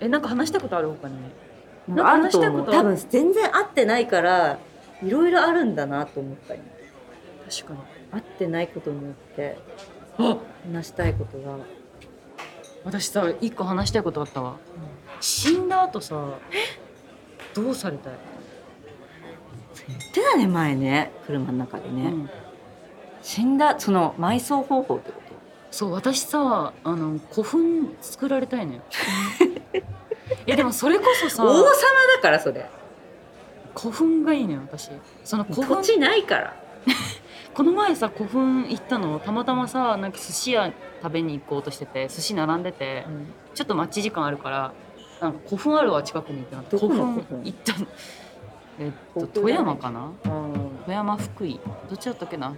えなんか話したことある他になんかあるとな思んうか話したこと多分全然合ってないからいろいろあるんだなと思ったり確かに合ってないことによってあ話したいことが私さ一個話したいことあったわ、死んだ後さどうされたい、言ってたね前ね車の中でね、うん死んだその埋葬方法ってこそう私さあの古墳作られたいの よいやでもそれこそとさ王様だからそれ古墳がいいのよ私その古墳土地ないからこの前さ古墳行ったのたまたまさなんか寿司屋食べに行こうとしてて寿司並んでて、ちょっと待ち時間あるからなんか古墳あるわ近くにってなってどこ古の墳古墳行ったのえっと古墳じゃない富山かなうん富山福井どっちだったっけなと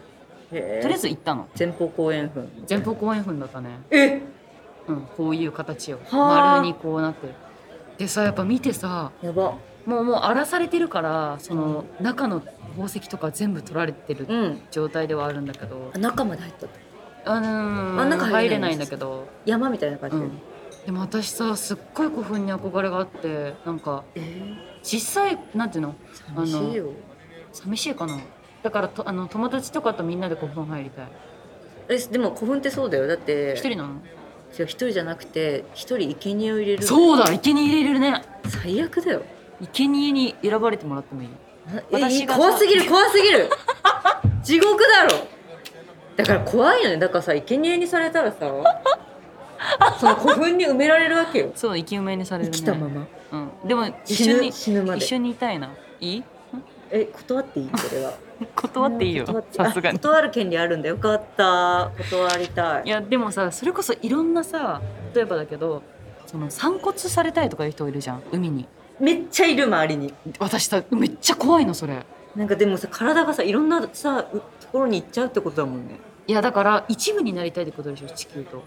へえりあえず行ったの前方後円墳前方後円墳だったねえうんこういう形をはあ丸にこうなってるでさやっぱ見てさやばもうもう荒らされてるからその中の宝石とか全部取られてるうん状態ではあるんだけどあ中まで入ったあのーあ中入入れれなないいんんだですけど、山みたいな感うじで、ん、でも私さすっごい古墳に憧れがあってなんかえー小さいなんていうの寂しいよ寂しいかなだからとあの友達とかとみんなで古墳入りたいえでも古墳ってそうだよだって一人なのじゃあ一人じゃなくて一人生贄を入れるそうだ生贄入れれるね最悪だよ生贄に選ばれてもらってもいい私えが怖すぎる怖す ぎる地獄だろだから怖いよねだからさ生贄にされたら さその古墳に埋められるわけよそう生き埋めにされ生るねきたままうん、でも一死緒ぬに死ぬまで一緒にいたいない いえ断っていいそれは 断っていいよ断ってさすがあに断る権利あるんだよかった断りたいいやでもさそれこそいろんなさ例えばだけどその散骨されたいとかいう人いるじゃん海にめっちゃいる周りに私さめっちゃ怖いのそれなんかでもさ体がさいろんなさうところに行っちゃうってことだもんねいやだから一部になりたいってことでしょ地球と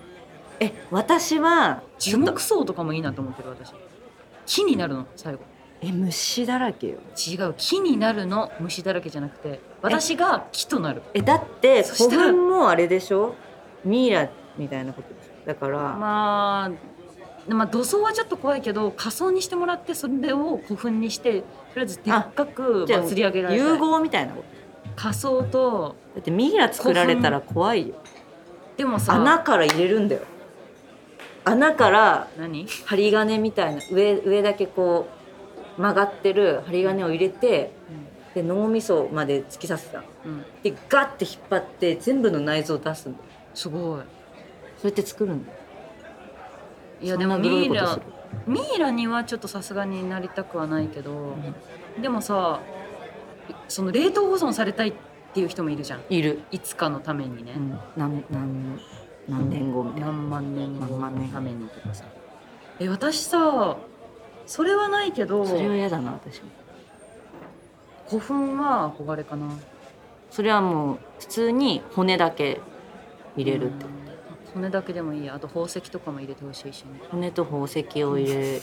え私は樹木葬とかもいいなと思ってる私木になるの最後え虫だらけよ違う木になるの虫だらけじゃなくて私が木となるえだってそした古ら墳もあれでしょミイラみたいなことでしょだから、まあまあ土葬はちょっと怖いけど仮装にしてもらってそれを古墳にしてとりあえずでっかくじゃあ祭り上げられた融い合みたいなこと仮装とだってミイラ作られたら怖いよでもさ穴から入れるんだよ穴から何針金みたいな上上だけこう曲がってる針金を入れてで脳みそまで突き刺すじゃんうん、うん、でガッて引っ張って全部の内臓を出すんだよすごいそうやって作るんだよいやそでんなもグロミいイことすラるミイラにはちょっとさすがになりたくはないけど、でもさその冷凍保存されたいっていう人もいるじゃんいる、いつかのためにね、うん、なんなん何年後みたいな、何万年後何万年のためにとかさえ私さそれはないけどそれは嫌だな私も古墳は憧れかなそれはもう普通に骨だけ入れるって、うん骨だけでもいいやあと宝石とかも入れてほしいし、ね、骨と宝石を入れる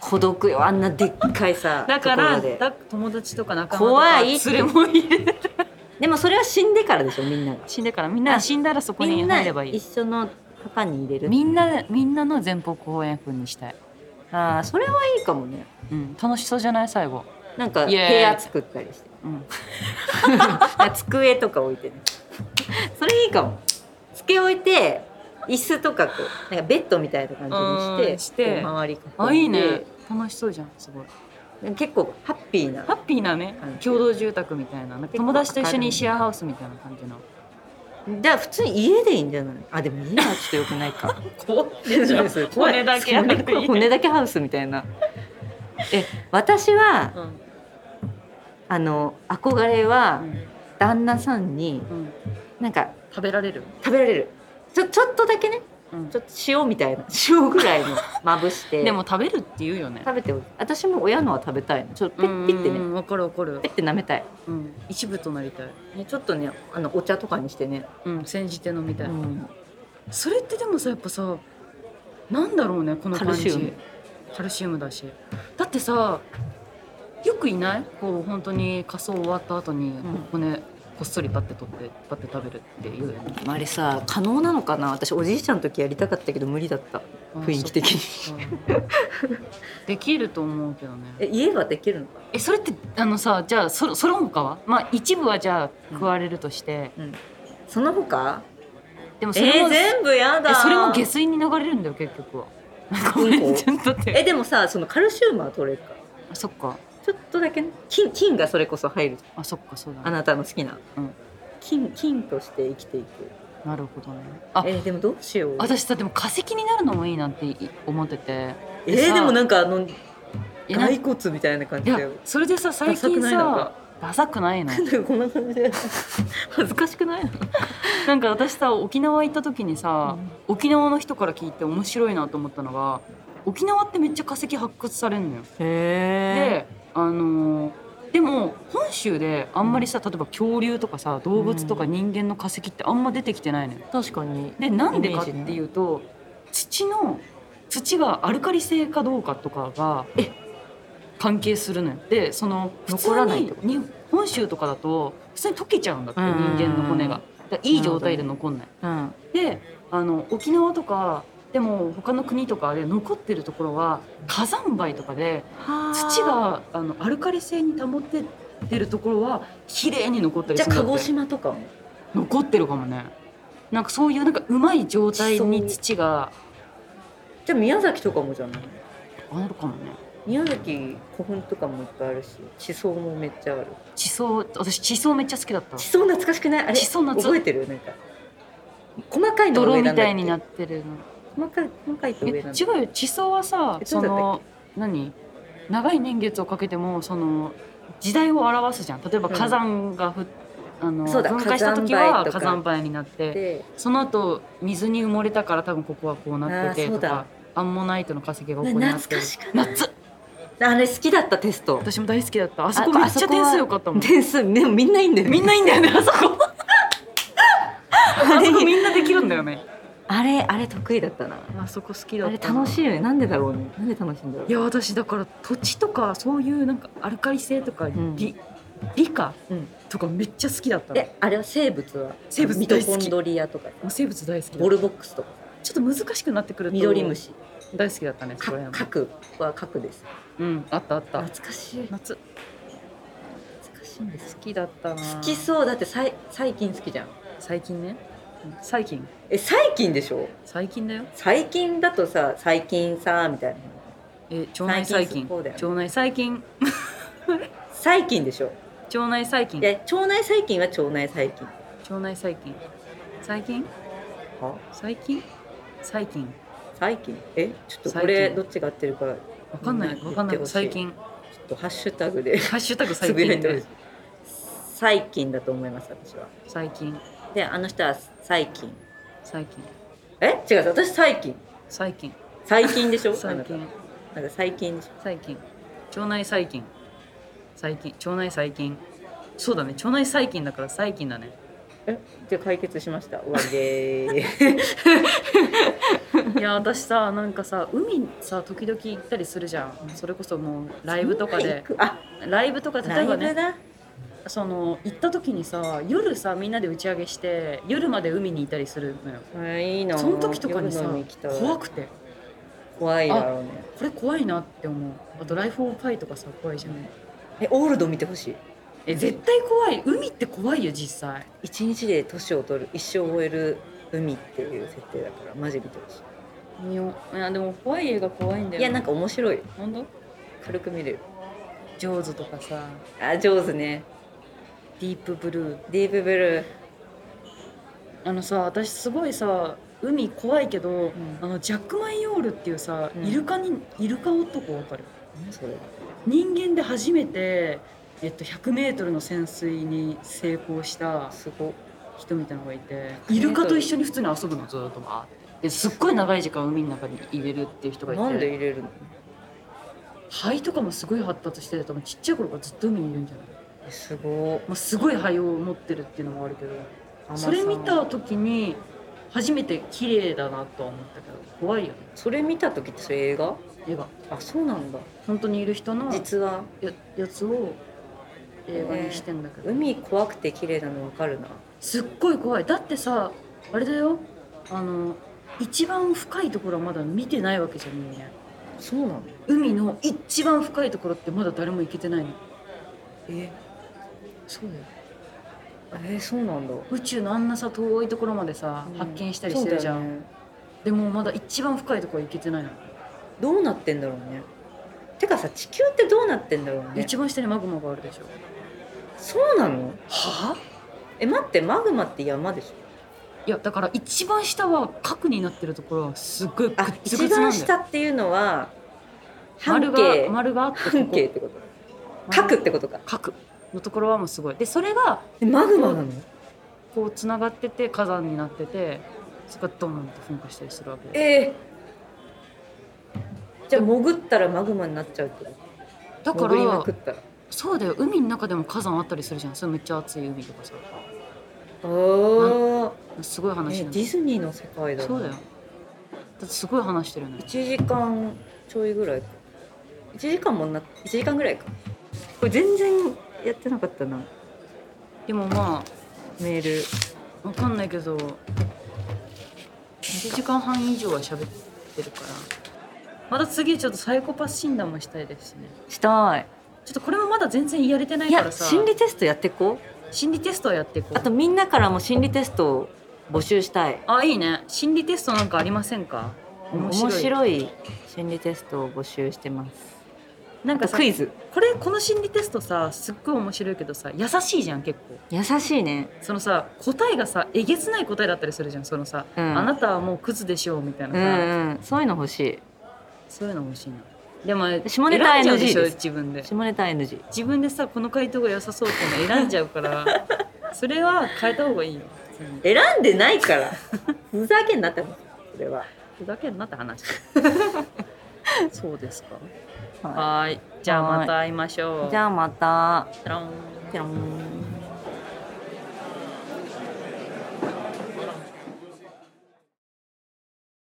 孤独よあんなでっかいさ だかとこらろでだ友達とか仲間とか怖いって連れも入 れるでもそれは死んでからでしょみんなが死んでからみんなあ死んだらそこみにんな入ればいい一緒の墓に入れるみんなみんなの前方後円墳にしたい、ああそれはいいかもねうん、楽しそうじゃない最後、なんか部イエーイ屋作ったりして うん、机とか置いてね それいいかも机置いて椅子とかこうなんかベッドみたいな感じうんにしてしてこう周り囲んであいいね楽しそうじゃんすごい結構ハッピーなハッピーなねうん共同住宅みたいななんか友達と一緒にシェアハウスみたいな感じのじゃあ普通に家でいいんじゃないあでも家はちょっとよくない か怖そう怖い骨だけ骨骨だけハウスみたいなえ私はうんあの憧れは旦那さんにうんなんか食べられる、食べられるちょちょっとだけねうんちょっと塩みたいな 塩ぐらいのまぶしてでも食べるって言うよね食べてほしい私も親のは食べたいのちょっとピッピッてうんうんうねんわかるわかるピッ、て舐めたいうん、一部となりたい、ねちょっとねあのお茶とかにしてね、うん、煎じて飲みたい、うんそれってでもさやっぱさなんだろうねこのカ感ルじシウムカルシウムだしだってさよくいないこう本当に仮装終わった後にん骨こっそりパッて取ってパッて食べるっていうよねあれさ可能なのかな私おじいちゃんの時やりたかったけど無理だった雰囲気的にうんできると思うけどねえ言えばできるのかえそれってあのさじゃあそその他はまあ一部はじゃあ食われるとして、な、うん、その他でもえそれも、ー、全部やだえそれも下水に流れるんだよ結局はご めうんんこちょっと待ってえでもさそのカルシウムは取れるかあそっからちょっとだけね金金がそれこそ入るじゃんあそっかそうだあねなたの好きな、うん金金として生きていくなるほどねあえー、でもどうしよう私さでも化石になるのもいいなってい思っててえー、さでもなんかあのいやなん骸骨みたいな感いじだやよそれでさ最近ダサくないのかさダサくないの こんな感じで恥ずかしくないのなんか私さ沖縄行った時にさ、沖縄の人から聞いて面白いなと思ったのが沖縄ってめっちゃ化石発掘されるのよ。へであのーでも本州であんまりさ例えば恐竜とかさ動物とか人間の化石ってあんま出てきてないのよ。確かにでなんでかっていうと、土の土がアルカリ性かどうかとかが関係するのよでその普残通らないにってことに本州とかだと普通に溶けちゃうんだってう人間んの骨がだからいい状態で残んない。うんであの沖縄とかでも他の国とかで残ってるところは火山灰とかで土があのアルカリ性に保っててるところは綺麗に残ったりじすゃあるんだ鹿って児島とかも残ってるかもねなんかそういうなんかうまい状態に土がじゃあ宮崎とかもじゃないあるかもね宮崎古墳とかもいっぱいあるし地層もめっちゃある地層私地層めっちゃ好きだった地層懐かしくないあれ地層懐覚えてるなんか細かいのが泥上みなんだたっいにけなってるの細かい細かいとえ上なんだっけ違うよ地層はさえそそうだったの何長い年月をかけてもその時代を表すじゃん例えばうん火山がふ、あのそうだ噴火した時火山灰はとか火山灰になってでその後水に埋もれたから多分ここはこうなってあてーそとうだかアンモナイトの化石がここに懐なってかるしかない夏あれ好きだったテスト私も大好きだったあそこめっちゃ点数良かったもん点数ねみんないいんだよねみんないいん だよねあそこああれそこみんなできるんだよねあれあれ得意だったなあそこ好きだあったれ楽しいよねなんでだろうねなんで楽しいんだろういや私だから土地とかそういうなんかアルカリ性とかん理,、理科うんとかめっちゃ好きだったのもえあれは生物は生物ミト大好きコンドリアとかう生物大好きだボルボックスとかちょっと難しくなってくるとミドリムシ大好きだったねそこら辺も核は核ですうんあったあった懐かしい夏懐かしいんです好きだったな好きそうだってさい最近好きじゃん最近ね最近え最近でしょ最近だよ最近だとさ最近さみたいなえ腸内細最菌近そうだよね腸内細菌最近でしょ腸内細菌いや腸内細菌は腸内細菌腸内細菌細菌は細菌細菌最近えちょっとこ最れ近どっちが合ってるかちょわかんないわかんな言ってほいしい最近っとハッシュタグでハッシュタグつ最ぶや近いてほでしい最近だと思います私は最近であの人は最近最近え違う私最近最近最近でしょ最近あなたなんか最近でしょ最近腸内細菌最近腸内細菌そうだね腸内細菌だから細菌だねえじゃあ解決しました終わりでーすいや私さなんかさ海さ時々行ったりするじゃんそれこそもう ライブとかで行くあライブとかラ例えイブばねだその行った時にさ夜さみんなで打ち上げして夜まで海にいたりするのよあいいなその時とかにさ夜の海行きたい怖くて怖いだろうねこれ怖いなって思うあと「ライフ・オブ・パイ」とかさ怖いじゃんえオールド見てほしいえ絶対怖い海って怖いよ実際一日で年を取る一生を終える海っていう設定だからマジ見てほし見よういやでも怖い映画怖いんだいよいやなんか面白いよ本当軽く見れるジョーズとかさあ上手ねディープブルーディープブルーあのさ私すごいさ海怖いけど、あのジャック・マイオールっていうさ、うんイルカにイルカ男わかる何それ人間で初めて、えっと、100m の潜水に成功したすご人みたいなのがいて100 m イルカと一緒に普通に遊ぶのずっとバーってですっごい長い時間海の中に入れるっていう人がいてなんで入れるの肺とかもすごい発達してて多分ちっちゃい頃からずっと海にいるんじゃないえすごまいあ、すごい肺を持ってるっていうのもあるけど甘さそれ見た時に初めて綺麗だなとは思ったけど怖いよねそれ見た時ってそれ映画絵があそうなんだ本当にいる人のや実はやつを映画にしてんだけど、海怖くて綺麗なの分かるなすっごい怖いだってさあれだよあの一番深いところはまだ見てないわけじゃんみんなそうなの海の一番深いところってまだ誰も行けてないのえそうえー、そうなんだ宇宙のあんなさ遠いところまでさ、うん発見したりしてるじゃん、そうだよねでもまだ一番深いところは行けてないの、どうなってんだろうねてかさ地球ってどうなってんだろうね一番下にマグマがあるでしょそうなのはあえ待ってマグマって山でしょいやだから一番下は核になってるところはすっごいグあッツグツな一ん番だよ下っていうのは半丸径が丸があって半径っこてことこ角ってことか核のところはもうすごいでそれがえマグマなのこうつながってて火山になっててそこがドーンと噴火したりするわけでええじゃあ潜ったらマグマになっちゃうってこだとか潜りまらくったらそうだよ海の中でも火山あったりするじゃんそれめっちゃ熱い海とかさあすごいあ、話えなんディズニーの世界だなそうだよだってすごい話してるのよ1時間ちょいぐらいか1時間もな1時間ぐらいかこれ全然やってなかったなでもまメールあわかんないけど1時間半以上は喋ってるからまた次ちょっとサイコパス診断もしたいですしねしたいちょっとこれもまだ全然やれてないいかやらさ心理テストやってこう心理テストをやっていこうあとみんなからも心理テストを募集したいあいいね心理テストなんかありませんか面白い心理テストを募集してますななんんかかさクイズこれこの心理テストさすっごい面白いけどさ優しいじゃん結構優しいねそのさ答えがさえげつない答えだったりするじゃんそのさ、うんあなたはもうクズでしょうみたいなうさ、んうんそういうの欲しそういうの欲しいなでも下ネタ選んじゃうでしょ NG です自分でい下ネタ NG 自分でさこの回答が良さそうっていうの選んじゃうから それは変えた方がいいよ普通に選んでないからふざけんなってそれはふざけんなって 話そうですかははいじゃあまた会いましょうじゃあまたゃんピョン